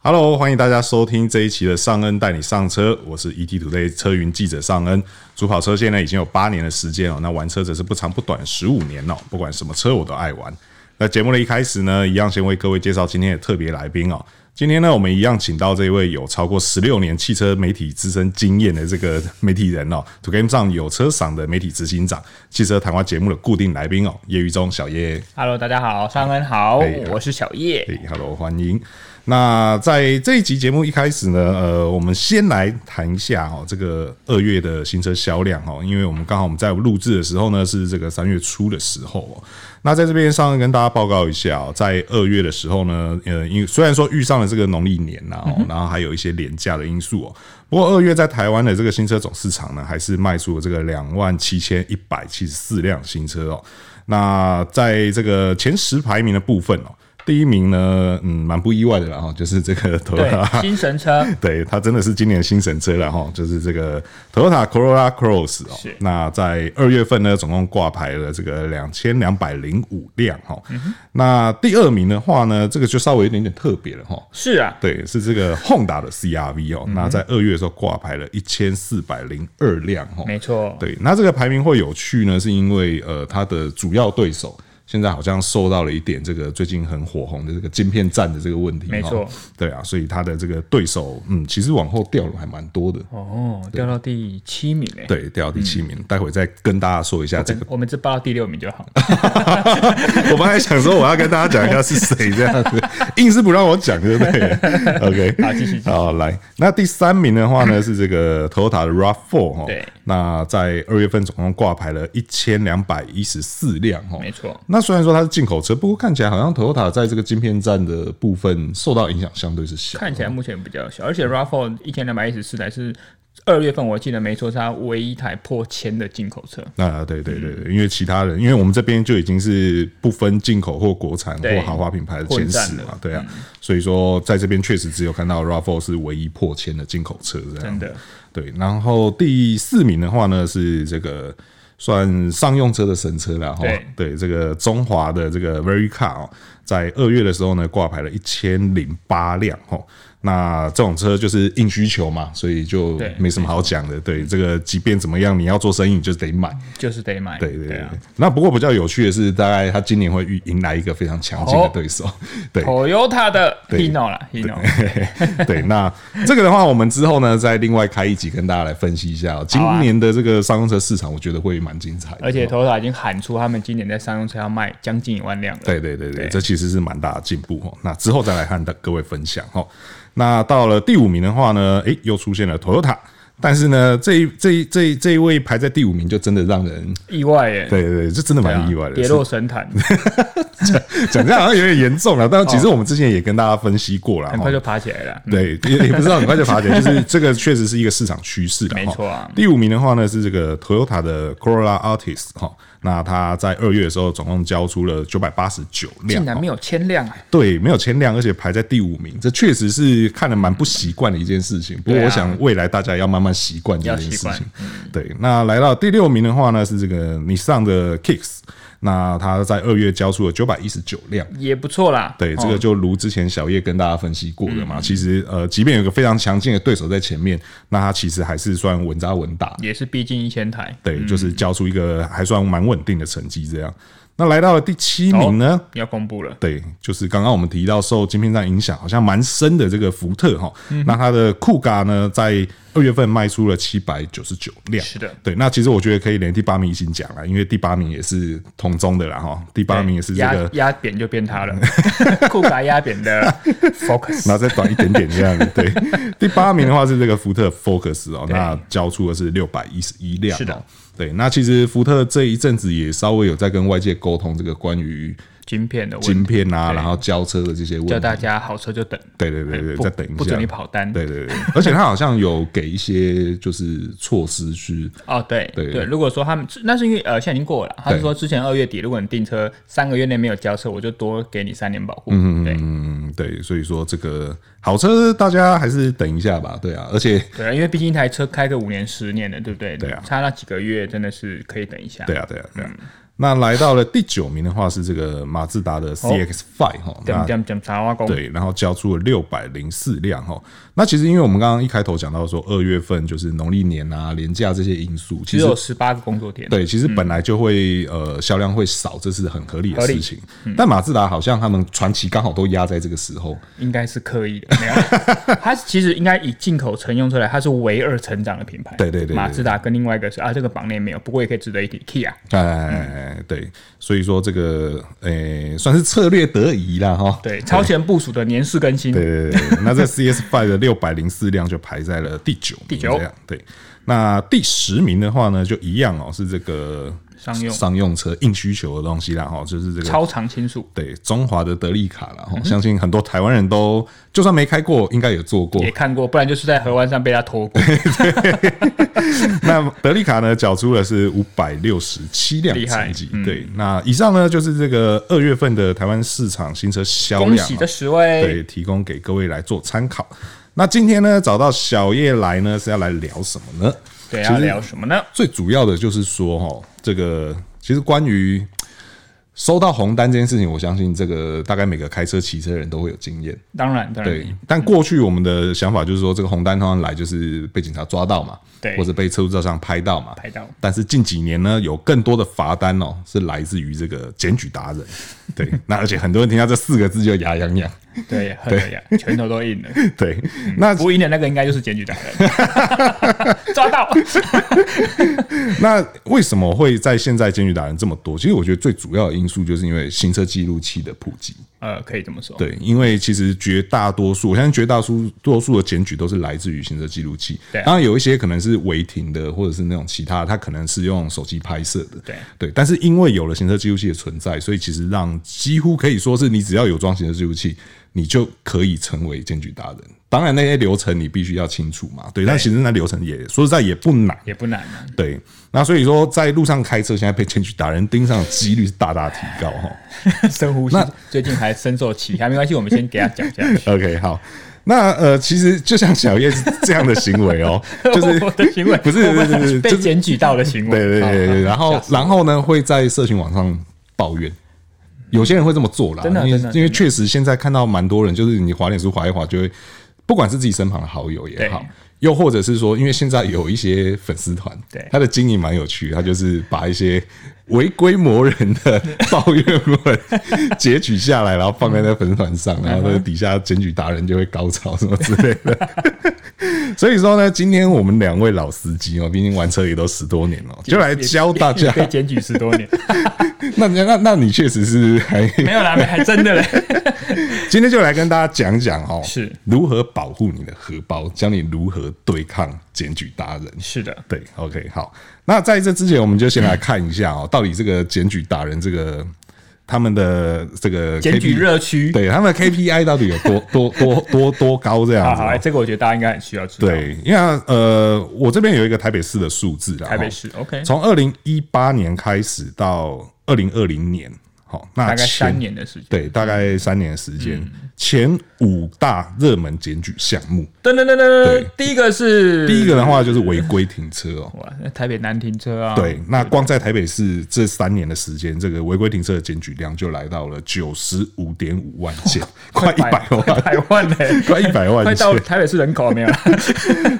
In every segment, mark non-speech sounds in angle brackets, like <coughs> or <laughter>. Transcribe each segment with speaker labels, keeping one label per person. Speaker 1: Hello，欢迎大家收听这一期的尚恩带你上车，我是 ETtoday 车云记者尚恩。主跑车现在已经有八年的时间哦，那玩车则是不长不短十五年哦，不管什么车我都爱玩。那节目的一开始呢，一样先为各位介绍今天的特别来宾哦。今天呢，我们一样请到这一位有超过十六年汽车媒体资深经验的这个 <laughs> 媒体人哦 t o Game 上有车赏的媒体执行长，汽车谈话节目的固定来宾哦，叶玉忠小叶。
Speaker 2: Hello，大家好，尚恩好
Speaker 1: 哎，
Speaker 2: 我是小叶。
Speaker 1: 嘿，Hello，欢迎。那在这一集节目一开始呢，呃，我们先来谈一下哦，这个二月的新车销量哦，因为我们刚好我们在录制的时候呢是这个三月初的时候、哦，那在这边上跟大家报告一下哦，在二月的时候呢，呃，因为虽然说遇上了这个农历年呐、哦，然后还有一些廉价的因素哦，不过二月在台湾的这个新车总市场呢，还是卖出了这个两万七千一百七十四辆新车哦。那在这个前十排名的部分哦，第一名呢，嗯，蛮不意外的啦哈，就是这个 Toyota，
Speaker 2: 对，新神车，
Speaker 1: <laughs> 对它真的是今年新神车了哈，就是这个 Toyota Corolla Cross 哦
Speaker 2: 是。
Speaker 1: 那在二月份呢，总共挂牌了这个两千两百零五辆哈。
Speaker 2: 嗯
Speaker 1: 那第二名的话呢，这个就稍微有点点特别了哈。
Speaker 2: 是
Speaker 1: <laughs>
Speaker 2: 啊，
Speaker 1: 对，是这个 Honda 的 CRV
Speaker 2: 嗯
Speaker 1: 哦，那在二月的时候挂牌了一千四百零二辆哦，
Speaker 2: 没错，
Speaker 1: 对，那这个排名会有趣呢，是因为呃，它的主要对手现在好像受到了一点这个最近很火红的这个晶片战的这个问题，
Speaker 2: 没错
Speaker 1: 哦，对啊，所以它的这个对手，嗯，其实往后掉了还蛮多的，
Speaker 2: 哦，嗯掉到第七名嘞。
Speaker 1: 对，掉到第七名，待会再跟大家说一下这个
Speaker 2: 跟，我们只报到第六名就好。
Speaker 1: 哦
Speaker 2: <laughs>
Speaker 1: 我本来想说我要跟大家讲一下是谁这样子，硬是不让我讲，对不
Speaker 2: <laughs>
Speaker 1: 对？OK，
Speaker 2: 好继续继续
Speaker 1: 好来，那第三名的话呢是这个 Toyota 的 Rav4 哈，
Speaker 2: 对，
Speaker 1: 那在二月份总共挂牌了一千两百一十四辆哈，
Speaker 2: 没错，
Speaker 1: 那虽然说它是进口车，不过看起来好像 Toyota 在这个晶片站的部分受到影响相对是小，
Speaker 2: 看起来目前比较小，而且 RAV4 一千两百一十四台是二月份，我记得没错，是它唯一一台破千的进口车。
Speaker 1: 那对对对对，因为其他人，因为我们这边就已经是不分进口或国产
Speaker 2: 对
Speaker 1: 或豪华品牌的前十
Speaker 2: 混战
Speaker 1: 嘛，对啊，所以说在这边确实只有看到 RAV4 是唯一破千的进口车这样
Speaker 2: 真。的，
Speaker 1: 对，然后第四名的话呢是这个算商用车的神车啦，哈
Speaker 2: 对，
Speaker 1: 对，这个中华的这个 Very Car 哦，在二月的时候呢挂牌了一千零八辆哦。那这种车就是硬需求嘛，所以就
Speaker 2: 对嗯
Speaker 1: 没什么好讲的。对，这个即便怎么样，你要做生意你就得买。
Speaker 2: 就是得买。
Speaker 1: 对对对。
Speaker 2: 啊
Speaker 1: 那不过比较有趣的是，大概他今年会遇迎来一个非常强劲的
Speaker 2: 哦
Speaker 1: 对手。对，
Speaker 2: ，Toyota 的 Hino 啦，Hino
Speaker 1: <laughs> 对，那这个的话，我们之后呢，再另外开一集跟大家来分析一下、哦、今
Speaker 2: 好啊
Speaker 1: 年的这个商用车市场，我觉得会蛮精彩的。
Speaker 2: 而且 Toyota 已经喊出他们今年在商用车要卖将近一万辆了。
Speaker 1: 对对对对，这其实是蛮大的进步哦。那之后再来和大各位分享哦。那到了第五名的话呢，诶，又出现了 Toyota。但是呢，这一这一这一这一位排在第五名，就真的让人
Speaker 2: 意外耶，
Speaker 1: 对对对，这真的蛮意外的，
Speaker 2: 啊跌
Speaker 1: 是
Speaker 2: 落
Speaker 1: <laughs>
Speaker 2: 神坛，
Speaker 1: 讲这样好像有点严重啊了。但其实我们之前也跟大家分析过了，
Speaker 2: 哦很
Speaker 1: 哦
Speaker 2: 快就爬起来了。
Speaker 1: 对，也也不知道很快就爬起来，
Speaker 2: <laughs>
Speaker 1: 就是这个确实是一个市场趋势的。
Speaker 2: 没错啊
Speaker 1: 齁第五名的话呢是这个 Toyota 的 Corolla Altis 哈，那它在二月的时候总共交出了九百八十九辆
Speaker 2: 竟，然
Speaker 1: 齁
Speaker 2: 没有千辆啊！
Speaker 1: 对，没有前量，而且排在第五名，这确实是看了蛮不习惯的一件事情。不过
Speaker 2: 对啊
Speaker 1: 我想未来大家要慢慢习惯这
Speaker 2: 要
Speaker 1: 件
Speaker 2: 习
Speaker 1: 事
Speaker 2: 惯嗯
Speaker 1: 情。对，那来到第六名的话呢是这个 Nissan 的 Kicks，那它在二月交出了九百一十九辆。
Speaker 2: 也不错啦。
Speaker 1: 对，
Speaker 2: 哦嗯
Speaker 1: 这个就如之前小叶跟大家分析过的嘛，其实呃，即便有个非常强劲的对手在前面，那他其实还是算稳扎稳打，
Speaker 2: 也是逼近一千台。
Speaker 1: 对，就是交出一个还算蛮稳定的成绩这样。那来到了第七名呢？
Speaker 2: 要公布了，
Speaker 1: 对，就是刚刚我们提到受晶片战影响好像蛮深的这个福特哈，
Speaker 2: 嗯
Speaker 1: 那它的酷咖呢，在二月份卖出了七百九十九辆，
Speaker 2: 是的
Speaker 1: 对，那其实我觉得可以连第八名一起讲了，因为第八名也是同中的啦哈，第八名也是这
Speaker 2: 压
Speaker 1: 个嗯
Speaker 2: 压扁就变他了， <laughs> 酷卡压扁的 Focus
Speaker 1: 然后再短一点点这样子。对，第八名的话是这个福特 Focus 哦，那交出的是六百一十一辆、哦。
Speaker 2: 是的，
Speaker 1: 对。那其实福特这一阵子也稍微有在跟外界沟通这个关于
Speaker 2: 晶片的
Speaker 1: <laughs>
Speaker 2: 问
Speaker 1: 晶
Speaker 2: 题，
Speaker 1: 片啊，然后交车的这些
Speaker 2: 叫
Speaker 1: 问题。
Speaker 2: 大家好车就等，
Speaker 1: 对对对对，
Speaker 2: 不
Speaker 1: 再等一下，
Speaker 2: 不准你跑单。
Speaker 1: 对对对，而且他好像有给一些就是措施去，
Speaker 2: 哦，对
Speaker 1: 对
Speaker 2: 对，如果说他们那是因为呃，现在已经过了，他是
Speaker 1: 对
Speaker 2: 说之前二月底，如果你订车三个月内没有交车，我就多给你三年保护。嗯对
Speaker 1: 嗯，对，所以说这个好车大家还是等一下吧，对啊，而且
Speaker 2: 对，因为毕竟一台车开个五年十年的，对不对？
Speaker 1: 对啊
Speaker 2: 差那几个月真的是可以等一下。嗯
Speaker 1: 对啊，对啊，对啊。那来到了第九名的话是这个马自达
Speaker 2: 哦
Speaker 1: 的 CX Five 哦哈，
Speaker 2: 讲
Speaker 1: 那
Speaker 2: 讲讲啥话工？
Speaker 1: 对，然后交出了六百零四辆哈。那其实因为我们刚刚一开头讲到说，二月份就是农历年啊、廉价这些因素，
Speaker 2: 只
Speaker 1: 其实
Speaker 2: 有嗯十八个工作天。
Speaker 1: 对，其实本来就会、呃销量会少，这是很合理的
Speaker 2: 合理
Speaker 1: 事情。
Speaker 2: 嗯
Speaker 1: 但马自达好像他们传奇刚好都压在这个时候，
Speaker 2: 应该是刻意的，
Speaker 1: <laughs>
Speaker 2: 没有。它其实应该以进口乘用车来，它是唯二成长的品牌。
Speaker 1: 对对对对
Speaker 2: 马自达跟另外一个是啊，这个榜内没有，不过也可以值得一提。Kia 嗯
Speaker 1: 哎、对，所以说这个诶、算是策略得宜啦哈。
Speaker 2: 对超前部署的年式更
Speaker 1: <laughs>
Speaker 2: 新，
Speaker 1: 对对对对，那在 CS Five 的六百零四辆就排在了第九名，
Speaker 2: 第九
Speaker 1: 这样对。那第十名的话呢，就一样哦，是这个
Speaker 2: 商用
Speaker 1: 商用车硬需求的东西啦，哈，就是这个
Speaker 2: 超嗯长亲属
Speaker 1: 对中华的德利卡啦，哈，相信很多台湾人都就算没开过，应该有坐过
Speaker 2: 也。看过，不然就是在河湾上被他拖
Speaker 1: 哦
Speaker 2: 过，
Speaker 1: 那德利卡呢，缴出的是五百六十七辆
Speaker 2: 厉害
Speaker 1: 成
Speaker 2: 嗯
Speaker 1: 绩，对。那以上呢，就是这个二月份的台湾市场新车销
Speaker 2: 恭
Speaker 1: 量
Speaker 2: 喜
Speaker 1: 哦，
Speaker 2: 这十位。
Speaker 1: 对，提供给各位来做参考。那今天呢，找到小叶来呢，是要来聊什么呢？
Speaker 2: 对，
Speaker 1: 其
Speaker 2: 要
Speaker 1: 实
Speaker 2: 聊什么呢？
Speaker 1: 最主要的就是说，哈，这个其实关于收到红单这件事情，我相信这个大概每个开车、骑车的人都会有经验。
Speaker 2: 当然，当
Speaker 1: 对
Speaker 2: 然，，
Speaker 1: 但过去我们的想法就是说，这个红单通常来就是被警察抓到嘛，
Speaker 2: 对
Speaker 1: 或者被车主照上拍到嘛，
Speaker 2: 拍到
Speaker 1: 但是近几年呢，有更多的罚单哦，是来自于这个检举达人。对， <laughs> 那而且很多人听到这四个字就牙痒痒。 <laughs>
Speaker 2: 对，很对呀，拳头都硬了。
Speaker 1: 对，那
Speaker 2: 不赢的那个应该就是检举达人，
Speaker 1: <laughs>
Speaker 2: 抓到。
Speaker 1: 那为什么会在现在监狱打人这么多？其实我觉得最主要的因素就是因为行车记录器的普及。
Speaker 2: 呃，可以这么说。
Speaker 1: 对，因为其实绝大多数，我相信绝大多数多数的检举都是来自于行车记录器。
Speaker 2: 对啊
Speaker 1: 当然有一些可能是违停的，或者是那种其他，它可能是用手机拍摄的。
Speaker 2: 对
Speaker 1: 对，但是因为有了行车记录器的存在，所以其实让几乎可以说是你只要有装行车记录器，你就可以成为检举达人。当然那些流程你必须要清楚嘛，对，但其实那流程也说实在也不难。
Speaker 2: 也不难啊。
Speaker 1: 对，那所以说在路上开车，现在被检举打人盯上的几率是大大提高哈。
Speaker 2: 深呼吸，最近还深受其害，没关系，我们先给他讲下去。
Speaker 1: OK，好，那呃，其实就像小叶这样的行为哦，
Speaker 2: <laughs>
Speaker 1: 就是
Speaker 2: 我的行为
Speaker 1: 不是
Speaker 2: 我们
Speaker 1: 不是
Speaker 2: 被
Speaker 1: 就是
Speaker 2: 检举到的行为。
Speaker 1: 对对对对对，
Speaker 2: 好
Speaker 1: 然后然后呢会在社群网上抱怨。有些人会这么做啦，
Speaker 2: 真的啊
Speaker 1: 因
Speaker 2: 真
Speaker 1: 为
Speaker 2: 的
Speaker 1: 因为确实现在看到蛮多人，就是你滑脸书滑一滑，就会不管是自己身旁的好友也好
Speaker 2: 对，
Speaker 1: 又或者是说，因为现在有一些粉丝团，
Speaker 2: 对
Speaker 1: 他的经营蛮有趣，他就是把一些违规魔人
Speaker 2: <laughs>
Speaker 1: 的抱怨文截取下来，然后放在那粉丝团上，然后呢底下检举达人就会高潮什么之类的。所以说呢，今天我们两位老司机哦，毕竟玩车也都十多年了，就来教大
Speaker 2: <laughs>
Speaker 1: 家。
Speaker 2: 被检举十多
Speaker 1: <laughs>
Speaker 2: 年，
Speaker 1: 那那那那你确实是还
Speaker 2: 没有啦，没还真的
Speaker 1: <laughs>
Speaker 2: 嘞。
Speaker 1: 今天就来跟大家讲讲哦，
Speaker 2: 是
Speaker 1: 如何保护你的荷包，教你如何对抗检举达人。
Speaker 2: 是的，
Speaker 1: 对，OK，好。那在这之前，我们就先来看一下哦，到底这个检举达人这个他们的这个
Speaker 2: 检举
Speaker 1: KPI
Speaker 2: 热区。
Speaker 1: 对他们的 KPI 到底有多 <laughs> 多多多多高这样
Speaker 2: 好
Speaker 1: 子
Speaker 2: 好，
Speaker 1: 哦、
Speaker 2: 哎这个我觉得大家应该很需要知道。，
Speaker 1: 对，因为呃，我这边有一个台北市的数字啦，
Speaker 2: 台北
Speaker 1: 哦
Speaker 2: 市 OK，
Speaker 1: 从二零一八年开始到二零二零年，好、那
Speaker 2: 大概
Speaker 1: 前
Speaker 2: 三年的时间。
Speaker 1: 对，大概三年的时间，前五大热门检举项目，
Speaker 2: 噔噔噔
Speaker 1: 对
Speaker 2: 噔，第一个是
Speaker 1: 第一个的话就是违规停车哦。
Speaker 2: 哇，那台北难停车啊。
Speaker 1: 对，那光在台北市这三年的时间，这个违规停车的检举量就来到了九十五点五万件， <laughs> 快一百万，
Speaker 2: 百万嘞，
Speaker 1: 快 <laughs> 一百
Speaker 2: 快
Speaker 1: 万
Speaker 2: 到
Speaker 1: 件。
Speaker 2: 台北市人口了没
Speaker 1: <laughs>
Speaker 2: 有啦？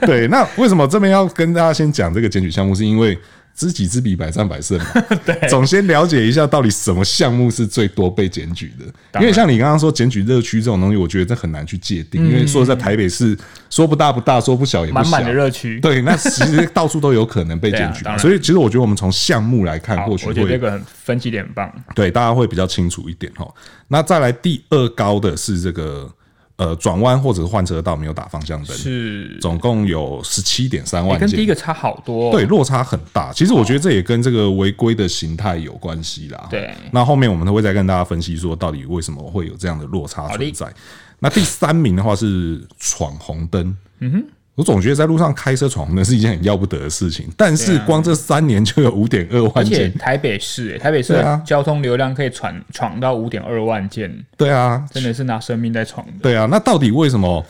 Speaker 1: 对，那为什么这边要跟大家先讲这个检举项目？是因为知己知彼，百战百
Speaker 2: <laughs>
Speaker 1: 胜嘛。对，总先了解一下到底什么项目是最多被检举的。因为像你刚刚说检举热区这种东西，我觉得这很难去界定，因为说在台北市，说不大不大，说不小也不小。
Speaker 2: 嗯满满的热区。
Speaker 1: 对，那其实到处都有可能被检举
Speaker 2: <laughs> 对啊当
Speaker 1: 嘛，
Speaker 2: 然
Speaker 1: 所以其实我觉得我们从项目来看，
Speaker 2: 好，
Speaker 1: 或许
Speaker 2: 我
Speaker 1: 会
Speaker 2: 觉得这个很分析点很棒。
Speaker 1: 对，大家会比较清楚一点哦。那再来第二高的是这个呃转弯或者是换车道没有打方向灯，
Speaker 2: 是，
Speaker 1: 总共有十七点三
Speaker 2: 哎
Speaker 1: 万
Speaker 2: 跟
Speaker 1: 件，
Speaker 2: 第一个差好多哦。
Speaker 1: 对落差很大。其实我觉得这也跟这个违规的形态有关系啦。
Speaker 2: 对
Speaker 1: 那后面我们都会再跟大家分析说到底为什么会有这样的落差存在。那第三名的话是闯红灯，嗯哼。我总觉得在路上开车闯红灯是一件很要不得的事情，但是光这三年就有五点二
Speaker 2: 啊而
Speaker 1: 万
Speaker 2: 且
Speaker 1: 件，
Speaker 2: 台北市、欸，台北市
Speaker 1: 对啊
Speaker 2: 的交通流量可以闯闯到五点二万件，
Speaker 1: 对啊，
Speaker 2: 真的是拿生命在闯的。
Speaker 1: 对啊，那到底为什么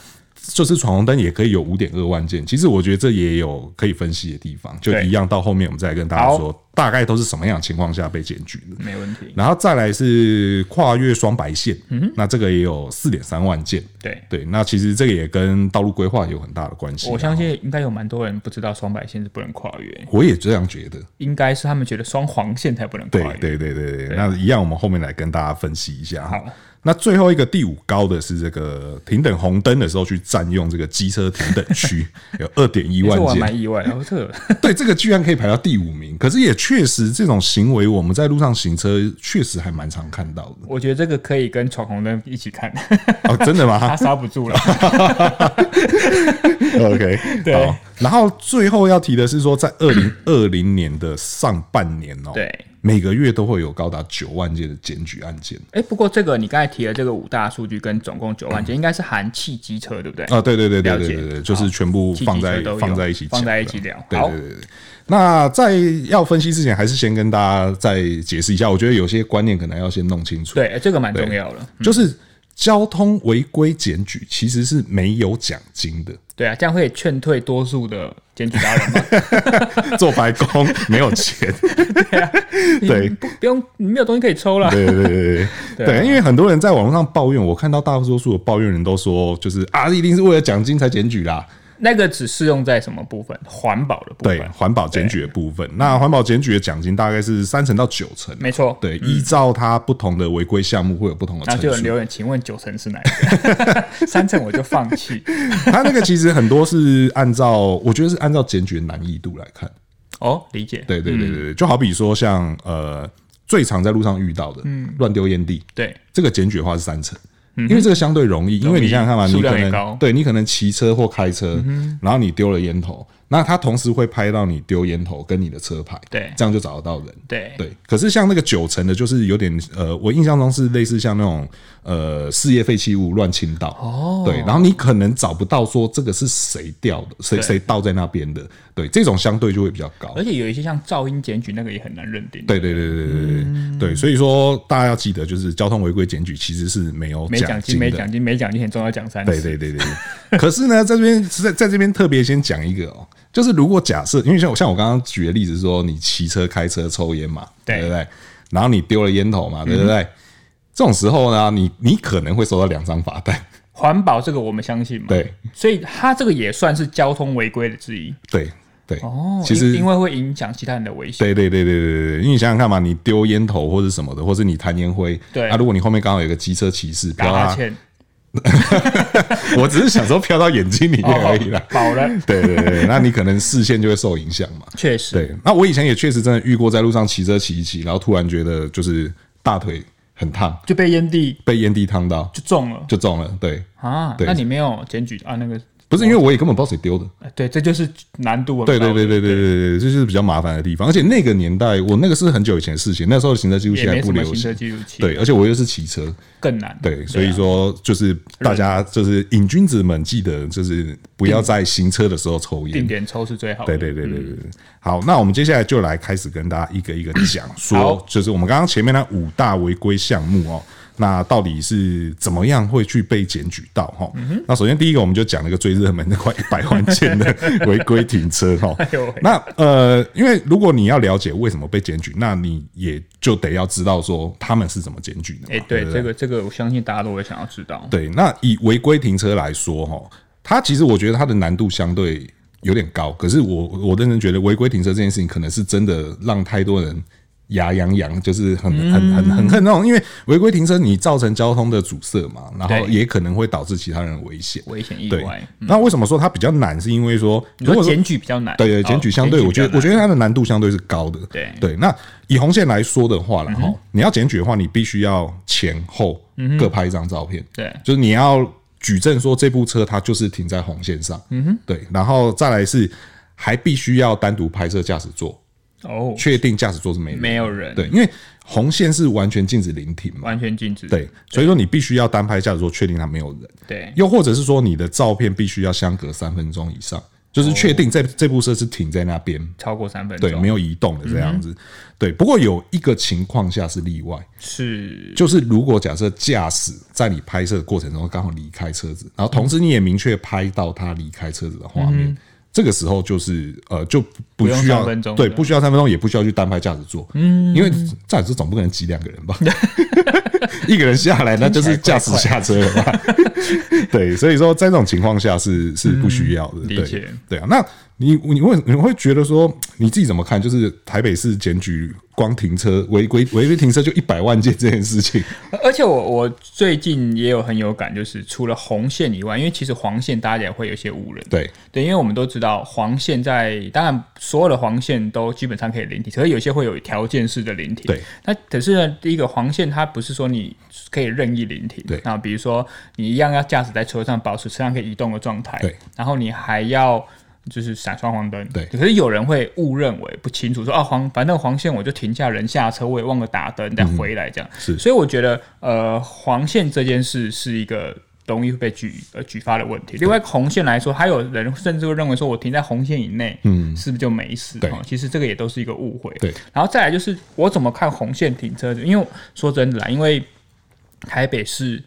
Speaker 1: 就是闯红灯也可以有五点二万件？其实我觉得这也有可以分析的地方，就
Speaker 2: 对
Speaker 1: 一样到后面我们再来跟大家说大概都是什么样的情况下被检举的？
Speaker 2: 没问题。
Speaker 1: 然后再来是跨越双白线，
Speaker 2: 嗯
Speaker 1: 那这个也有四点三万件。
Speaker 2: 对，
Speaker 1: 对，那其实这个也跟道路规划有很大的关系啊。
Speaker 2: 我相信应该有蛮多人不知道双白线是不能跨越，
Speaker 1: 我也这样觉得。
Speaker 2: 应该是他们觉得双黄线才不能跨
Speaker 1: 对
Speaker 2: 越。
Speaker 1: 对对对对，那一样，我们后面来跟大家分析一下哈。
Speaker 2: 好
Speaker 1: 那最后一个第五高的是这个停等红灯的时候去占用这个机车停等区，
Speaker 2: <laughs>
Speaker 1: 有二点一
Speaker 2: 其实
Speaker 1: 万
Speaker 2: 我还
Speaker 1: 件。
Speaker 2: 蛮意外的，哦，
Speaker 1: <laughs>
Speaker 2: 这个
Speaker 1: 对，这个居然可以排到第五名，可是也确实这种行为我们在路上行车确实还蛮常看到的
Speaker 2: 我觉得这个可以跟闯红灯一起看，
Speaker 1: 哦，真的吗
Speaker 2: 他刹不
Speaker 1: <laughs>
Speaker 2: 住了。
Speaker 1: ？OK，
Speaker 2: <laughs> 对
Speaker 1: 好。然后最后要提的是说，在二
Speaker 2: <coughs>
Speaker 1: 零二零年的上半年哦，
Speaker 2: 对，
Speaker 1: 每个月都会有高达九万件的检举案件
Speaker 2: 哎、不过这个你刚才提的这个五大数据跟总共九万
Speaker 1: 嗯
Speaker 2: 件，应该是含汽机车，对不对？
Speaker 1: 啊，对对对对
Speaker 2: 哎了
Speaker 1: 对
Speaker 2: 解
Speaker 1: 对对，就是全部
Speaker 2: 汽机
Speaker 1: 放在
Speaker 2: 车都有
Speaker 1: 放在一起讲
Speaker 2: 放在一
Speaker 1: 的
Speaker 2: 起聊。
Speaker 1: 对
Speaker 2: 好
Speaker 1: 对，对对。那在要分析之前，还是先跟大家再解释一下，我觉得有些观念可能要先弄清楚。
Speaker 2: 对，哎这个蛮重要的。
Speaker 1: 就是交通违规检举其实是没有奖金的，
Speaker 2: 对啊，这样会劝退多数的检举达
Speaker 1: <laughs>
Speaker 2: 人嘛？
Speaker 1: 做白工没有钱。对
Speaker 2: 不不用，你没有东西可以抽了。
Speaker 1: 对对对对对
Speaker 2: 对
Speaker 1: 对，因为很多人在网络上抱怨，我看到大多数的抱怨人都说，就是啊，一定是为了奖金才检举啦。
Speaker 2: 那个只适用在什么部分？环保的部
Speaker 1: 对
Speaker 2: 分。，
Speaker 1: 环保检举的部分，那环保检举的奖金大概是三成到九成。
Speaker 2: 没错。
Speaker 1: 对，依照它不同的违规项目会有不同的
Speaker 2: 然
Speaker 1: 惩
Speaker 2: 后就有人
Speaker 1: 处。
Speaker 2: 留言，请问九成是哪一
Speaker 1: <laughs>
Speaker 2: 个？三成我就放弃。
Speaker 1: 它那个其实很多是按照，我觉得是按照检举的难易度来看。
Speaker 2: 哦，理解。
Speaker 1: 对对对对对，就好比说像呃，最常在路上遇到的，乱丢烟蒂，
Speaker 2: 对
Speaker 1: 这个检举的话是三成。
Speaker 2: 嗯
Speaker 1: 因为这个相对容易，因为你想想看嘛，
Speaker 2: 数
Speaker 1: 你
Speaker 2: 量
Speaker 1: 可
Speaker 2: 也
Speaker 1: 能
Speaker 2: 高嗯
Speaker 1: 对你可能骑车或开车，然后你丢了烟头，那他同时会拍到你丢烟头跟你的车牌，
Speaker 2: 对
Speaker 1: 这样就找得到人。
Speaker 2: 对
Speaker 1: 对，可是像那个九成的，就是有点呃，我印象中是类似像那种呃事业废弃物乱倾倒哦，对，然后你可能找不到说这个是谁掉的，谁
Speaker 2: 对哎
Speaker 1: 谁倒在那边的，对，这种相对就会比较高。
Speaker 2: 而且有一些像噪音检举，那个也很难认定。
Speaker 1: 对对对对对对、
Speaker 2: 嗯
Speaker 1: 对，所以说大家要记得，就是交通违规检举其实是没有
Speaker 2: 没奖
Speaker 1: 金
Speaker 2: 金，没
Speaker 1: 的
Speaker 2: 奖金，没奖金很重要，讲三次。
Speaker 1: 对对对对对。 <laughs> 可是呢，在这边在在这边特别先讲一个哦，就是如果假设，因为像我像我刚刚举的例子是说，你骑车、开车、抽烟嘛，
Speaker 2: 对嗯
Speaker 1: 对不对？然后你丢了烟头嘛，对不对？这种时候呢，你你可能会收到两张罚单， <laughs>
Speaker 2: 环保这个我们相信嘛，，
Speaker 1: 对
Speaker 2: 所以它这个也算是交通违规的之一
Speaker 1: 对对。
Speaker 2: 哦
Speaker 1: 其实
Speaker 2: 因因为会影响其他人的危险，
Speaker 1: 对对对对对对，因为你想想看嘛，你丢烟头或者什么的，或者你弹烟灰，
Speaker 2: 对
Speaker 1: 啊，如果你后面刚好有个啊机车骑士
Speaker 2: 打
Speaker 1: 飘
Speaker 2: 哈
Speaker 1: 他，
Speaker 2: 欠
Speaker 1: 我只是想说飘到眼睛里
Speaker 2: <laughs>
Speaker 1: 面而已啦。
Speaker 2: 饱哦了，
Speaker 1: 对对对对，那你可能视线就会受影响嘛。
Speaker 2: 确实，
Speaker 1: 对，那我以前也确实真的遇过，在路上骑车骑一骑，然后突然觉得就是大腿很烫，
Speaker 2: 就被烟蒂
Speaker 1: 被烟蒂烫到
Speaker 2: 就中了
Speaker 1: 就中了。对，
Speaker 2: 啊。
Speaker 1: 对
Speaker 2: 那你没有检举啊？那个
Speaker 1: 不是因为我也根本不知道谁丢的。
Speaker 2: 呃对，这就是难度很高
Speaker 1: 对
Speaker 2: 的。
Speaker 1: 对对对对对对，这就是比较麻烦的地方。而且那个年代，我那个是很久以前的事情，那时候的行车记录器
Speaker 2: 也
Speaker 1: 还
Speaker 2: 没
Speaker 1: 不
Speaker 2: 什么
Speaker 1: 流
Speaker 2: 行车
Speaker 1: 行。
Speaker 2: 记录器，
Speaker 1: 对，而且我又是骑车，
Speaker 2: 更难。啊
Speaker 1: 对，所以说就是大家就是瘾君子们，记得就是不要在行车的时候抽
Speaker 2: 定
Speaker 1: 烟。
Speaker 2: 点抽是最好
Speaker 1: 对
Speaker 2: 的。
Speaker 1: 对对对对对，好，那我们接下来就来开始跟大家一个一个讲，说就是我们刚刚前面那五大违规项目哦，那到底是怎么样会去被检举到哈、哦？那首先第一个我们就讲了一个最热门的快一百万件的违规停车哈、哦
Speaker 2: 呦喂。
Speaker 1: 那呃，因为如果你要了解为什么被检举，那你也就得要知道说他们是怎么检举的嘛。
Speaker 2: 哎，对
Speaker 1: 不
Speaker 2: 这个这个，我相信大家都会想要知道。
Speaker 1: 对，那以违规停车来说，哈，它其实我觉得它的难度相对有点高。可是我我认真觉得违规停车这件事情，可能是真的让太多人牙痒痒，就是很
Speaker 2: 嗯
Speaker 1: 很很很恨那种，因为违规停车你造成交通的阻塞嘛，然后
Speaker 2: 对
Speaker 1: 也可能会导致其他人的危险。
Speaker 2: 危险意
Speaker 1: 对
Speaker 2: 外，，
Speaker 1: 那为什么说它比较难？是因为说，
Speaker 2: 你
Speaker 1: 如
Speaker 2: 说
Speaker 1: 果说
Speaker 2: 检举比较难，
Speaker 1: 对对，
Speaker 2: 哦
Speaker 1: 检举相对，我觉得我觉
Speaker 2: 得
Speaker 1: 得它的难度相对是高的。
Speaker 2: 对嗯
Speaker 1: 对，那以红线来说的话了哈，你要检举的话，你必须要前后各拍一张照片。
Speaker 2: 对
Speaker 1: 就是你要举证说这部车它就是停在红线上。嗯哼，对，然后再来是还必须要单独拍摄驾驶座，
Speaker 2: 哦，
Speaker 1: 确定驾驶座是没人。
Speaker 2: 没有人，
Speaker 1: 对，因为红线是完全禁止临停嘛。
Speaker 2: 完全禁止。
Speaker 1: 对，所以说你必须要单拍驾驶座，确定它没有人。
Speaker 2: 对，
Speaker 1: 又或者是说你的照片必须要相隔三分钟以上，就是确定这、这部车是停在那边，
Speaker 2: 超过三分钟，
Speaker 1: 对，没有移动的这样子。对，不过有一个情况下是例外，
Speaker 2: 是
Speaker 1: 就是如果假设驾驶在你拍摄的过程中刚好离开车子，然后同时你也明确拍到他离开车子的画面，这个时候就是呃，就不
Speaker 2: 嗯不用
Speaker 1: 需要
Speaker 2: 三分钟
Speaker 1: 对，
Speaker 2: 对
Speaker 1: 不需要三分钟，也不需要去单拍驾驶座，嗯，因为驾驶座总不可能挤两个人
Speaker 2: <laughs>
Speaker 1: 吧，一个人下来那就是驾驶下车了
Speaker 2: <laughs>
Speaker 1: 吧，对，所以说在这种情况下是是不需要的，
Speaker 2: 嗯理
Speaker 1: 对
Speaker 2: 解
Speaker 1: 对啊。那你你会你会觉得说你自己怎么看？就是台北市检举光停车违规违规停车就一百万件这件事情，
Speaker 2: 而且我我最近也有很有感，就是除了红线以外，因为其实黄线大家也会有一些误认，
Speaker 1: 对
Speaker 2: 对，因为我们都知道黄线在，当然所有的黄线都基本上可以临停，可是有些会有条件式的临停。
Speaker 1: 对，
Speaker 2: 那可是呢，第一个黄线它不是说你可以任意临停，
Speaker 1: 对
Speaker 2: 那比如说你一样要驾驶在车上，保持车上可以移动的状态，
Speaker 1: 对，
Speaker 2: 然后你还要。就是闪双黄灯，
Speaker 1: 对
Speaker 2: 可是有人会误认为不清楚说啊黄，反正黄线我就停下人下车，我也忘了打灯
Speaker 1: 嗯
Speaker 2: 再回来这样。
Speaker 1: 是
Speaker 2: 所以我觉得呃黄线这件事是一个容易被举呃举发的问题。另外红线来说，还有人甚至会认为说我停在红线以内，嗯，是不是就没事？
Speaker 1: 对
Speaker 2: 哦其实这个也都是一个误会。
Speaker 1: 对，
Speaker 2: 然后再来就是我怎么看红线停车的？因为说真的啦，因为台北市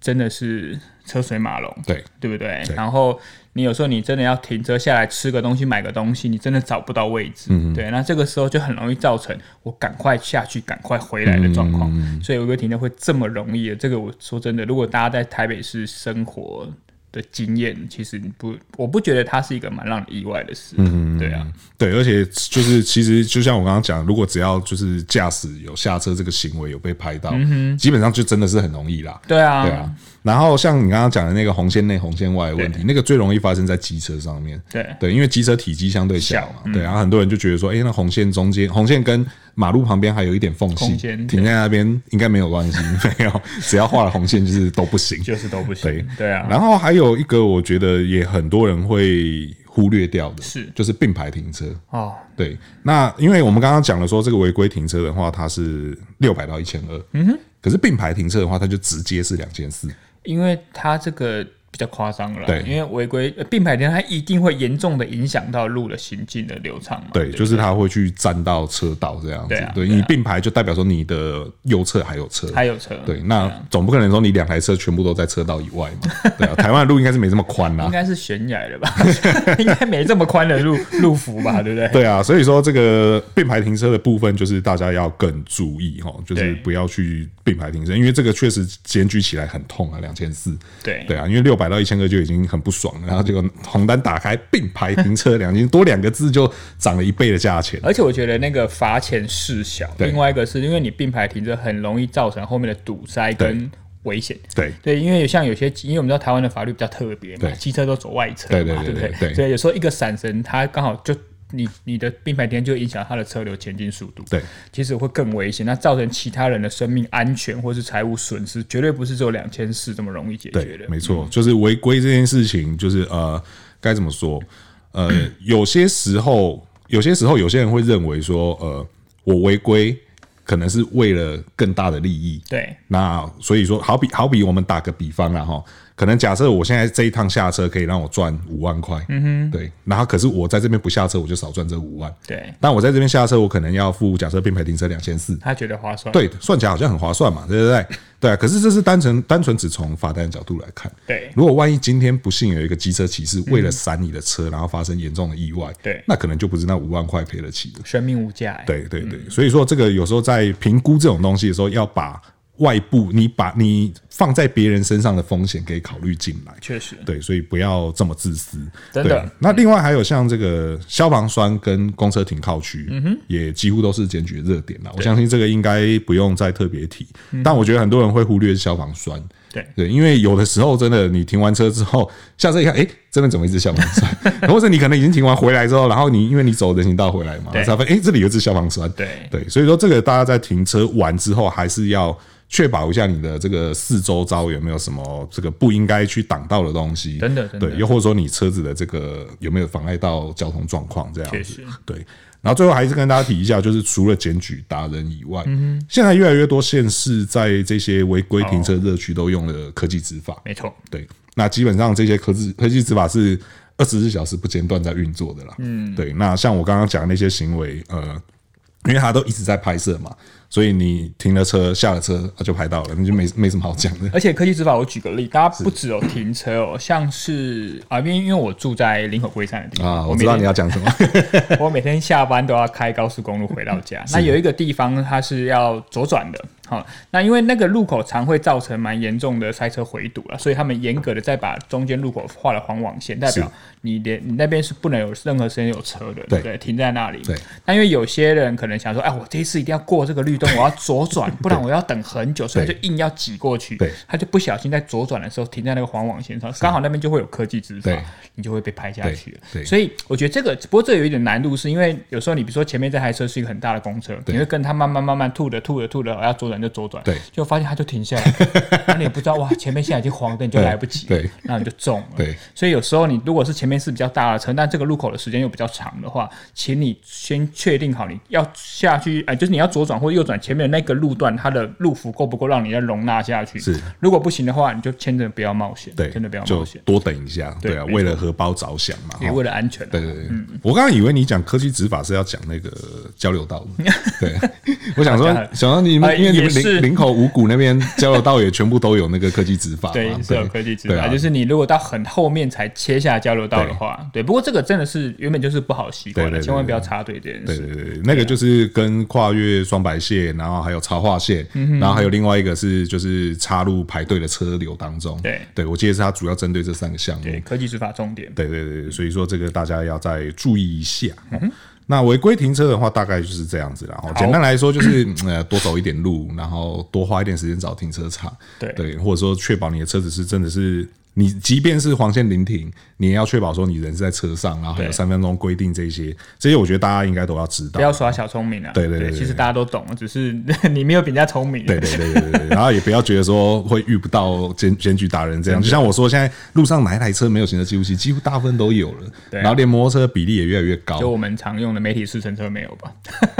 Speaker 2: 真的是车水马龙，
Speaker 1: 对
Speaker 2: 对不对？
Speaker 1: 对
Speaker 2: 然后你有时候你真的要停车下来吃个东西、买个东西，你真的找不到位
Speaker 1: 嗯
Speaker 2: 置，对，那这个时候就很容易造成我赶快下去、赶快回来的状况。
Speaker 1: 嗯
Speaker 2: 所以违规停车会这么容易的，这个我说真的，如果大家在台北市生活。的经验，其实你不，我不觉得它是一个蛮让你意外的
Speaker 1: 嗯
Speaker 2: 事，对啊，
Speaker 1: 对，而且就是其实就像我刚刚讲，如果只要就是驾驶有下车这个行为有被拍到，
Speaker 2: 嗯
Speaker 1: 基本上就真的是很容易啦。
Speaker 2: 对啊，
Speaker 1: 对啊，然后像你刚刚讲的那个红线内、红线外的问题，那个最容易发生在机车上面。
Speaker 2: 对
Speaker 1: 对，因为机车体积相对小
Speaker 2: 小嗯
Speaker 1: 嘛，对，然后很多人就觉得说，哎，那红线中间，红线跟马路旁边还有一点缝隙，
Speaker 2: 空间
Speaker 1: 停在那边应该没有
Speaker 2: <laughs>
Speaker 1: 关系，没有，只要画了红线就是都不行。
Speaker 2: 就是都不行，
Speaker 1: 对
Speaker 2: 对啊，
Speaker 1: 然后还有一个，我觉得也很多人会忽略掉的，
Speaker 2: 是
Speaker 1: 就是并排停车。
Speaker 2: 哦，
Speaker 1: 对，那因为我们刚刚讲了说，这个违规停车的话，它是六百到一千二，嗯哼，可是并排停车的话，它就直接是两千四，
Speaker 2: 因为它这个比较夸张了，
Speaker 1: 对
Speaker 2: 因为违规呃并排停，它一定会严重的影响到路的行进的流畅嘛，
Speaker 1: 对，
Speaker 2: 不
Speaker 1: 就是它会去占到车道这样子
Speaker 2: 对啊，
Speaker 1: 对
Speaker 2: 对啊
Speaker 1: 你并排就代表说你的右侧还有车。
Speaker 2: 还有车，
Speaker 1: 对，那总不可能说你两台车全部都在车道以外嘛？对啊，台湾的路应该是没这么宽啊啦
Speaker 2: 应。该是悬崖了吧， <laughs> 应该没这么宽的
Speaker 1: <laughs>
Speaker 2: 路路幅吧，对不对？
Speaker 1: 对啊，所以说这个并排停车的部分，就是大家要更注意哦，就是
Speaker 2: 对
Speaker 1: 不要去并排停车，因为这个确实检举起来很痛啊，两千四。
Speaker 2: 对
Speaker 1: 对啊，因为六百到一千个就已经很不爽了，然后结果红单打开并排停车，两斤多两个字就涨了一倍的价钱。
Speaker 2: 而且我觉得那个罚钱事小，
Speaker 1: 对
Speaker 2: 另外一个是因为你并排停车很容易造成后面的堵塞跟危险，
Speaker 1: 对
Speaker 2: 对，因为像有些，因为我们知道台湾的法律比较特别嘛
Speaker 1: 对，
Speaker 2: 机车都走外侧
Speaker 1: 对对
Speaker 2: 嘛，
Speaker 1: 对
Speaker 2: 不
Speaker 1: 对对
Speaker 2: 所以有时候一个闪神，它刚好就你你的并排停就影响它的车流前进速度，
Speaker 1: 对，
Speaker 2: 其实会更危险，那造成其他人的生命安全或是财务损失，绝对不是只有两千四这么容易解决
Speaker 1: 对，
Speaker 2: 的。
Speaker 1: 没错，就是违规这件事情，就是呃，该怎么说？呃，有些时候，有些时候，有些人会认为说，呃，我违规可能是为了更大的利益，
Speaker 2: 对
Speaker 1: 那所以说，好比好比我们打个比方啦哈，可能假设我现在这一趟下车可以让我赚五万块，嗯哼，对，然后可是我在这边不下车，我就少赚这五万，
Speaker 2: 对，
Speaker 1: 但我在这边下车，我可能要付假设并排停车两千四，
Speaker 2: 他觉得划算。
Speaker 1: 对，算起来好像很划算嘛，对不对？对啊，可是这是单纯单纯只从罚单的角度来看，
Speaker 2: 对嗯
Speaker 1: 如果万一今天不幸有一个机车骑士为了闪你的车，然后发生严重的意外，
Speaker 2: 对
Speaker 1: 那可能就不是那五万块赔得起的。
Speaker 2: 生命无价、欸。
Speaker 1: 对对对，所以说这个有时候在评估这种东西的时候，要把外部你把你放在别人身上的风险给考虑进来。
Speaker 2: 确实，
Speaker 1: 对，所以不要这么自私。
Speaker 2: 真的
Speaker 1: 对那另外还有像这个消防栓跟公车停靠区，也几乎都是检举的热点了。我相信这个应该不用再特别提，但我觉得很多人会忽略消防栓。
Speaker 2: 对
Speaker 1: 对，因为有的时候真的，你停完车之后，下车一看，哎、真的怎么一只消防栓？ <laughs> 或者你可能已经停完回来之后，然后你因为你走人行道回来嘛，
Speaker 2: 对
Speaker 1: 才发现，哎、这里有一只消防栓。
Speaker 2: 对
Speaker 1: 对，所以说这个大家在停车完之后，还是要确保一下你的这个四周遭有没有什么这个不应该去挡到的东西，
Speaker 2: 真的真的
Speaker 1: 对，又或者说你车子的这个有没有妨碍到交通状况这样
Speaker 2: 确
Speaker 1: 子
Speaker 2: 实，
Speaker 1: 对。然后最后还是跟大家提一下，就是除了检举达人以外，
Speaker 2: 嗯
Speaker 1: 现在越来越多县市在这些违规停车热区都用了科技执法，
Speaker 2: 哦没错，
Speaker 1: 对，那基本上这些科技科技执法是二十四小时不间断在运作的啦。嗯，对。那像我刚刚讲的那些行为，呃，因为他都一直在拍摄嘛，所以你停了车下了车啊他就拍到了，那就没没什么好讲的。
Speaker 2: 而且科技执法，我举个例，大家不只有停车哦，像是啊，因为因为我住在林口龟山的地方
Speaker 1: 啊，我
Speaker 2: 每
Speaker 1: 知道
Speaker 2: 天
Speaker 1: 你要讲什么，
Speaker 2: <laughs> 我每天下班都要开高速公路回到
Speaker 1: <laughs>
Speaker 2: 家。那有一个地方它是要左转的，好、那因为那个路口常会造成蛮严重的塞车回堵啊了，所以他们严格的再把中间路口画了黄网线，代表
Speaker 1: 是
Speaker 2: 你连你那边是不能有任何时间有车的，
Speaker 1: 对
Speaker 2: 对不对，停在那里。
Speaker 1: 对，
Speaker 2: 那因为有些人可能想说，哎，我这一次一定要过这个绿灯，我要左转，
Speaker 1: <laughs>
Speaker 2: 不然我要等很久，所以他
Speaker 1: 对
Speaker 2: 就硬要挤过去
Speaker 1: 对，
Speaker 2: 他就不小心在左转的时候停在那个黄网线上，刚好那边就会有科技执法
Speaker 1: 对，
Speaker 2: 你就会被拍下
Speaker 1: 对
Speaker 2: 去了。
Speaker 1: 对
Speaker 2: 所以我觉得这个，不过这有一点难度，是因为有时候你比如说前面这台车是一个很大的公车，你会跟它慢慢慢慢吐的吐的吐的，要左转就左转，
Speaker 1: 对
Speaker 2: 就发现它就停下来
Speaker 1: <laughs>
Speaker 2: 了，那你也不知道哇，前面现在已经黄灯，你就来不及，
Speaker 1: 对，
Speaker 2: 那你就中了，
Speaker 1: <laughs> 对。
Speaker 2: 所以有时候你如果是前面是比较大的车，但这个路口的时间又比较长的话，请你先确定好你要下去，哎、就是你要左转或右转前面的那个路段，它的路幅够不够让你要容纳下去？
Speaker 1: 是，
Speaker 2: 如果不行的话，你就真的不要冒险，
Speaker 1: 对，
Speaker 2: 真的不要
Speaker 1: 就
Speaker 2: 冒险，
Speaker 1: 多等一下，
Speaker 2: 对
Speaker 1: 对啊，
Speaker 2: 没错
Speaker 1: 为了荷包着想嘛，
Speaker 2: 也
Speaker 1: 哈
Speaker 2: 为了安全、啊。
Speaker 1: 对对对，我刚刚以为你讲科技执法是要讲那个交流道
Speaker 2: <laughs>
Speaker 1: 的，对，我想说
Speaker 2: 好的
Speaker 1: 想说你
Speaker 2: 呃
Speaker 1: 们因为你们
Speaker 2: 也是
Speaker 1: 林林口五股那边交流道也全部都有那个科技执法嘛，
Speaker 2: <laughs> 对，也是有科技执
Speaker 1: 对
Speaker 2: 法，
Speaker 1: 啊
Speaker 2: 就是你如果到很后面才切下交流道的话，对。不过这个真的是原本就是不好习惯
Speaker 1: 对对
Speaker 2: 的，
Speaker 1: 对
Speaker 2: 千万不要插队这件
Speaker 1: 对
Speaker 2: 事。
Speaker 1: 对对，对那个就是跟跨越双白线，然后还有插画线，
Speaker 2: 嗯
Speaker 1: 然后还有另外一个是就是插入排队的车流当中。
Speaker 2: 对
Speaker 1: 对，我记得是它主要针对这三个项目。
Speaker 2: 对，科技执法重点。
Speaker 1: 对对对，所以说这个大家要再注意一下。哦
Speaker 2: 嗯
Speaker 1: 那违规停车的话，大概就是这样子啦。哦简单来说，就是呃多走一点路，然后多花一点时间找停车场。
Speaker 2: 对
Speaker 1: 对，或者说确保你的车子是真的是你，即便是黄线临停，你也要确保说你人是在车上，然后还有
Speaker 2: 对
Speaker 1: 三分钟规定这些，这些我觉得大家应该都要知道
Speaker 2: 不。要耍小聪明啊！
Speaker 1: 对对对对
Speaker 2: 其实大家都懂，只是 <laughs> 你没有比人家聪明。
Speaker 1: 对对对对对对，然后也不要觉得说会遇不到检检举达人这样，就像我说，现在路上哪一台车没有行车记录器，几乎大部分都有了，
Speaker 2: 对啊
Speaker 1: 然后连摩托车比例也越来越高
Speaker 2: 就，我们常用的媒体试乘车没有吧？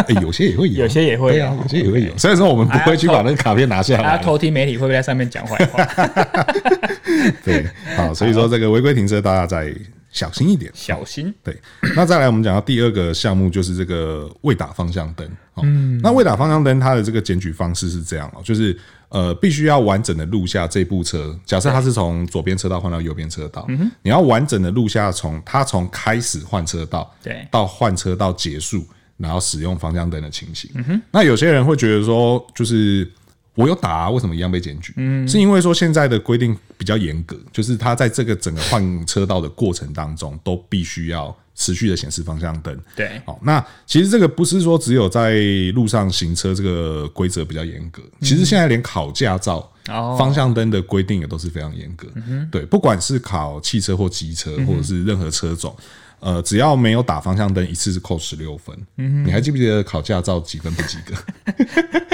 Speaker 1: 哎，有些也会有，
Speaker 2: 有些也会
Speaker 1: 对啊
Speaker 2: 有，
Speaker 1: 有些也会有。虽然说我们不会去把那个卡片拿下
Speaker 2: 大
Speaker 1: 来
Speaker 2: 家，偷听媒体会不会在上面讲坏话？哎
Speaker 1: 对，好，所以说这个违规停车大家再 <laughs> 小心一点。
Speaker 2: 小心！
Speaker 1: 对，那再来我们讲到第二个项目就是这个未打方向灯。哦、嗯，那未打方向灯它的这个检举方式是这样哦，就是呃必须要完整的录下这部车，假设它是从左边车道换到右边车道，
Speaker 2: 嗯
Speaker 1: 你要完整的录下从它从开始换车道，
Speaker 2: 对
Speaker 1: 到换车到结束，然后使用方向灯的情形。那有些人会觉得说，就是。我有打、啊，为什么一样被检举？嗯，是因为说现在的规定比较严格，就是他在这个整个换车道的过程当中，都必须要持续的显示方向灯。
Speaker 2: 对
Speaker 1: 好，哦那其实这个不是说只有在路上行车这个规则比较严格，其实现在连考驾照。
Speaker 2: 嗯哦嗯
Speaker 1: 方向灯的规定也都是非常严格，对，不管是考汽车或机车，或者是任何车种，呃，只要没有打方向灯，一次是扣十六分。
Speaker 2: 嗯
Speaker 1: 你还记不记得考驾照几分不及格？ <laughs>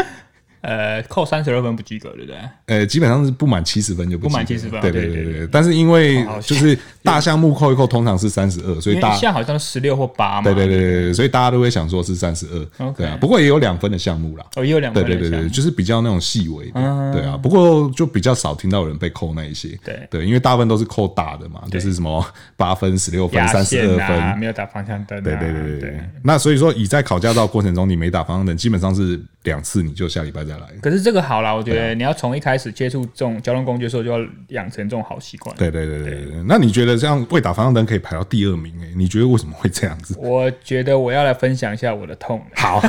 Speaker 2: 呃，扣三十二分不及格，对不对？
Speaker 1: 呃，基本上是不满七十分就不及格
Speaker 2: 不满70分哦
Speaker 1: 对
Speaker 2: 对
Speaker 1: 对
Speaker 2: 对
Speaker 1: 对。但是因为
Speaker 2: 好
Speaker 1: 就是大项目扣一扣，通常是三十二，所以
Speaker 2: 因为
Speaker 1: 大
Speaker 2: 现在好像十六或八嘛。
Speaker 1: 对对对对对，所以大家都会想说是三十二，
Speaker 2: OK
Speaker 1: 对啊。不过也有两分的项目啦，
Speaker 2: 哦，也有两
Speaker 1: 对
Speaker 2: 分
Speaker 1: 对
Speaker 2: 的
Speaker 1: 对
Speaker 2: 项
Speaker 1: 对，
Speaker 2: 目。嗯
Speaker 1: 就是比较那种细微的，对啊。不过就比较少听到有人被扣那一些，
Speaker 2: 对
Speaker 1: 对，因为大部分都是扣大的嘛，就是什么 <laughs> 八分、十六分、
Speaker 2: 压
Speaker 1: 三十
Speaker 2: 线
Speaker 1: 二
Speaker 2: 啊，
Speaker 1: 分。
Speaker 2: 没有打方向灯啊。
Speaker 1: 对对对对
Speaker 2: 对
Speaker 1: 对，那所以说，以在考驾照过程中，你没打方向灯，基本上是两次，你就下礼拜再来。
Speaker 2: 可是这个好啦，我觉
Speaker 1: 啊
Speaker 2: 得你要从一开始接触这种交通工具的时候，就要养成这种好习惯。
Speaker 1: 对对对对对，那你觉得这样未打方向灯可以排到第二名？哎，你觉得为什么会这样子？
Speaker 2: 我觉得我要来分享一下我的痛了，
Speaker 1: 好，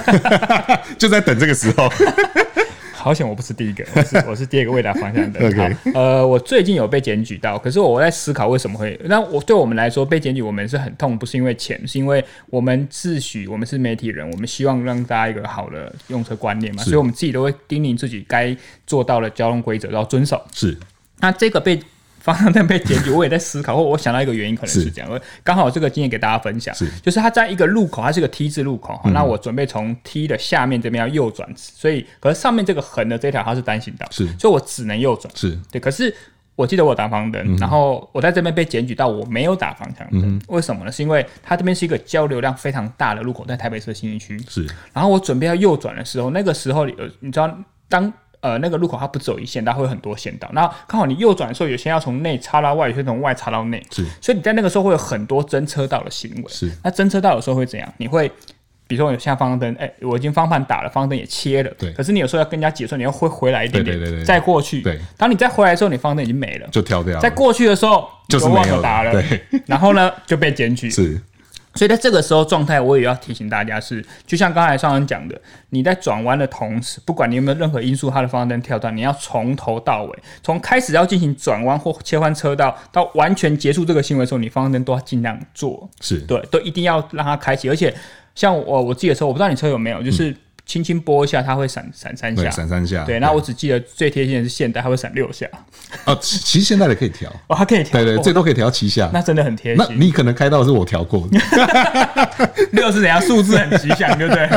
Speaker 1: <laughs> 就在等这个时候。
Speaker 2: <laughs> 好险我不是第一个，我是我是第二个未达方向的。
Speaker 1: OK
Speaker 2: 好呃，我最近有被检举到，可是我在思考为什么会。那我对我们来说被检举，我们是很痛，不是因为钱，是因为我们自诩我们是媒体人，我们希望让大家一个好的用车观念嘛，所以我们自己都会叮咛自己该做到的交通规则都要遵守。
Speaker 1: 是
Speaker 2: 那这个被方向灯被检举，我也在思考，或我想到一个原因，可能
Speaker 1: 是
Speaker 2: 是这样，我刚好这个经验给大家分享，
Speaker 1: 是
Speaker 2: 就是它在一个路口，它是个 T 字路口，哈那我准备从 T 的下面这边要右转，所以可是上面这个横的这条它是单行道，
Speaker 1: 是
Speaker 2: 所以我只能右转，
Speaker 1: 是，
Speaker 2: 对，可是。我记得我打方
Speaker 1: 嗯
Speaker 2: 向灯，然后我在这边被检举到我没有打方向灯，为什么呢？是因为它这边是一个交流量非常大的路口，在台北市新一区，
Speaker 1: 是
Speaker 2: 然后我准备要右转的时候，那个时候有你知道当。呃，那个路口它不只有一线道，它会有很多线道。那刚好你右转的时候，有些要从内插到外，有些从外插到内，
Speaker 1: 是
Speaker 2: 所以你在那个时候会有很多真车道的行为。
Speaker 1: 是
Speaker 2: 那真车道有时候会怎样？你会比如说我有下方灯，哎、我已经方盘打了，方灯也切了，
Speaker 1: 对
Speaker 2: 可是你有时候要跟人家解说，你要会回来一点点，
Speaker 1: 对对对对对
Speaker 2: 再过去。
Speaker 1: 对
Speaker 2: 当你再回来的时候，你方灯已经没了。
Speaker 1: 就跳掉了，
Speaker 2: 在过去的时候，你
Speaker 1: 就是没
Speaker 2: 忘
Speaker 1: 有
Speaker 2: 了
Speaker 1: 了
Speaker 2: 打了，
Speaker 1: 对
Speaker 2: 然后呢就被检举。
Speaker 1: 是
Speaker 2: 所以在这个时候状态，我也要提醒大家是，就像刚才上人讲的，你在转弯的同时，不管你有没有任何因素，它的方向灯跳到，你要从头到尾，从开始要进行转弯或切换车道，到完全结束这个行为的时候，你方向灯都要尽量做，
Speaker 1: 是，
Speaker 2: 对，都一定要让它开启。而且像我我自己的车，我不知道你车有没有，就是轻轻拨一下，它会闪闪三
Speaker 1: 对，
Speaker 2: 下。
Speaker 1: 闪三下，
Speaker 2: 对，那我只记得最贴心的是现代，它会闪六下。
Speaker 1: 哦，其其实现在的可以调，
Speaker 2: 哦，它可以调，
Speaker 1: 对对，
Speaker 2: 哦
Speaker 1: 最多可以调七下。
Speaker 2: 那真的很贴
Speaker 1: 那
Speaker 2: 心。
Speaker 1: 你可能开到的是我调 <laughs> 过的，
Speaker 2: 六是怎样？数字很吉祥，对不对？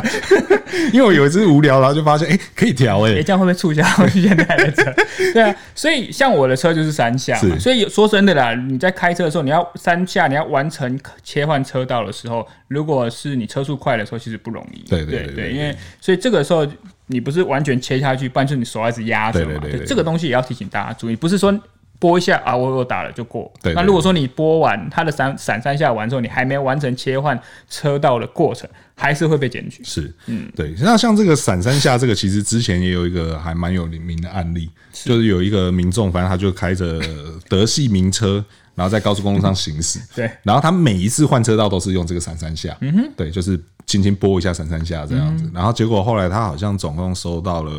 Speaker 1: 因为我有一次无聊，然后就发现，哎，可以调，
Speaker 2: 哎、
Speaker 1: 哎，
Speaker 2: 这样会不会促销现在的
Speaker 1: <laughs>
Speaker 2: 车？对啊，所以像我的车就是三下嘛，
Speaker 1: 是
Speaker 2: 所以有说真的啦，你在开车的时候，你要三下，你要完成切换车道的时候，如果是你车速快的时候，其实不容易。
Speaker 1: 对对
Speaker 2: 对
Speaker 1: 对对
Speaker 2: 因为所以这个时候你不是完全切下去，不然就是你手还是压着嘛。
Speaker 1: 对对对对
Speaker 2: 这个东西也要提醒大家注意，不是说。拨一下啊，我我打了就过。
Speaker 1: 对对
Speaker 2: 那如果说你拨完它的闪闪三下完之后，你还没完成切换车道的过程，还是会被检
Speaker 1: <laughs>
Speaker 2: 举。
Speaker 1: 是， <laughs> 嗯，对。那像这个闪三下，这个其实之前也有一个还蛮有名的案例，就是有一个民众，反正他就开着德系名车。然后在高速公路上行 <laughs> 驶，
Speaker 2: 对
Speaker 1: 然后他每一次换车道都是用这个闪三下，嗯哼，嗯对，就是轻轻拨一下闪三下这样子。然后结果后来他好像总共收到了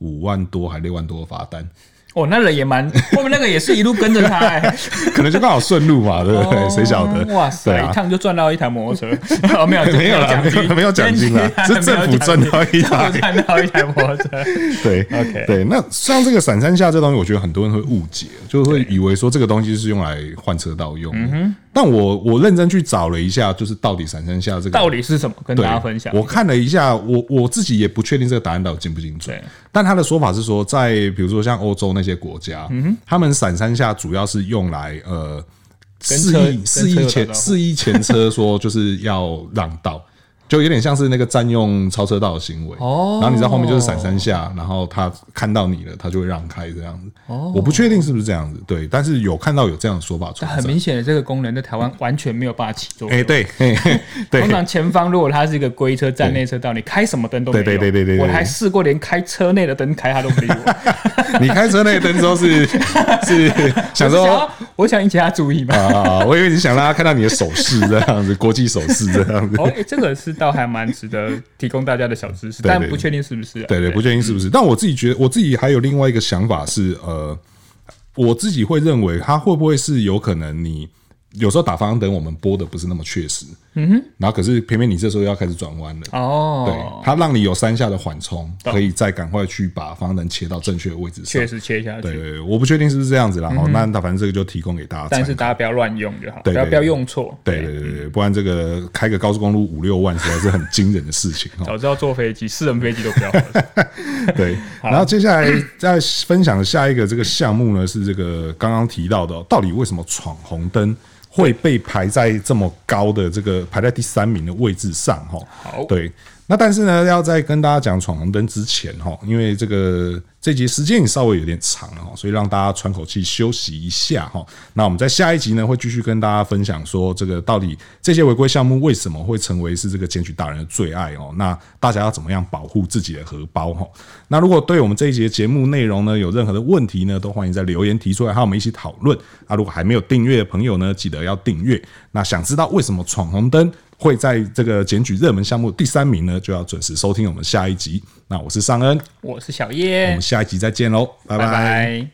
Speaker 1: 五万多还六万多的罚单，
Speaker 2: 哦，那人也蛮，后面那个也是一路跟着他、哎。
Speaker 1: 可能就刚好顺路嘛，对不对？
Speaker 2: 哦
Speaker 1: 谁晓得？
Speaker 2: 哇塞，
Speaker 1: 对啊
Speaker 2: 一趟就赚到一台摩托车， <laughs> 哦，没有
Speaker 1: <laughs> 没有啦
Speaker 2: 奖
Speaker 1: 没有
Speaker 2: 金，
Speaker 1: 没有奖金啦
Speaker 2: 今天
Speaker 1: 是政府赚到一台
Speaker 2: 啊政府赚到一台摩托
Speaker 1: <laughs>
Speaker 2: 车。
Speaker 1: 对
Speaker 2: <laughs> OK
Speaker 1: 对。那像这个闪三下这东西，我觉得很多人会误解，就会以为说这个东西是用来换车道用
Speaker 2: 嗯
Speaker 1: 的。但我我认真去找了一下，就是到底闪三下这个
Speaker 2: 到底是什么？跟
Speaker 1: 对
Speaker 2: 大家分享。
Speaker 1: 我看了一下，我我自己也不确定这个答案到底精不精准
Speaker 2: 对。
Speaker 1: 但他的说法是说，在比如说像欧洲那些国家，
Speaker 2: 嗯
Speaker 1: 他们闪三下主要是用来呃
Speaker 2: 跟
Speaker 1: 示
Speaker 2: 车
Speaker 1: 意
Speaker 2: 跟
Speaker 1: 示
Speaker 2: 车
Speaker 1: 意
Speaker 2: 有打
Speaker 1: 前
Speaker 2: 招呼
Speaker 1: 示意前车说就是要让道。就有点像是那个占用超车道的行为，
Speaker 2: 哦
Speaker 1: 然后你在后面就是闪三下，然后他看到你了，他就会让开这样子。
Speaker 2: 哦
Speaker 1: 我不确定是不是这样子，对，但是有看到有这样的说法存
Speaker 2: 很
Speaker 1: 在。
Speaker 2: 明显的，这个功能在台湾完全没有办法起作用。
Speaker 1: 哎，对，嘿嘿对，
Speaker 2: 通常前方如果它是一个龟车站内车道，你开什么灯都没有。
Speaker 1: 对对对对对对
Speaker 2: 我还试过连开车内的灯开，它都不理
Speaker 1: <laughs>
Speaker 2: 我。
Speaker 1: 你开车那灯之后是是
Speaker 2: <laughs>
Speaker 1: 想
Speaker 2: 我
Speaker 1: 说
Speaker 2: 想要，我想引起他注
Speaker 1: <laughs>
Speaker 2: 意嘛。
Speaker 1: 啊，我以为你想让他看到你的手势这样子，国际手势这样子。 <laughs>
Speaker 2: 哦，哎这个是倒还蛮值得提供大家的小知识，
Speaker 1: 对对
Speaker 2: 但不确定是不是啊。
Speaker 1: 对对，不确定是不是。但我自己觉得，我自己还有另外一个想法是，呃，我自己会认为他会不会是有可能你有时候打方向灯，我们拨的不是那么确实，嗯哼，然后可是偏偏你这时候又要开始转弯了。
Speaker 2: 哦，
Speaker 1: 对，它让你有三下的缓冲，可以再赶快去把方向灯切到正确的位置上
Speaker 2: 确。实嗯切下去。
Speaker 1: 对对，对我不确定是不是这样子啦。好，那那反正这个就提供给大家参考。
Speaker 2: 但是大家不要乱用就好，
Speaker 1: 对
Speaker 2: 不要
Speaker 1: 对
Speaker 2: 不要用错。
Speaker 1: 对对对对，不然这个开个高速公路五六万实在是很惊人的事情哦。
Speaker 2: 早知道坐飞机，私人飞机都不要
Speaker 1: <laughs>
Speaker 2: 了。
Speaker 1: 对，然后接下来再分享的下一个这个项目呢，是这个刚刚提到的哦，到底为什么闯红灯会被排在这么高的这个排在第三名的位置上？哈，
Speaker 2: 好
Speaker 1: 对。那但是呢，要在跟大家讲闯红灯之前哈，因为这个这集时间也稍微有点长了哈，哦所以让大家喘口气休息一下哈。那我们在下一集呢，会继续跟大家分享说这个到底这些违规项目为什么会成为是这个检举大人的最爱哦？那大家要怎么样保护自己的荷包哈？那如果对我们这一节节目内容呢有任何的问题呢，都欢迎在留言提出来，和我们一起讨论。啊那如果还没有订阅的朋友呢，记得要订阅。那想知道为什么闯红灯？会在这个检举热门项目第三名呢，就要准时收听我们下一集。那我是尚恩，
Speaker 2: 我是小
Speaker 1: 我
Speaker 2: 叶
Speaker 1: 们，下一集再见喽，拜
Speaker 2: 拜
Speaker 1: 拜
Speaker 2: 拜。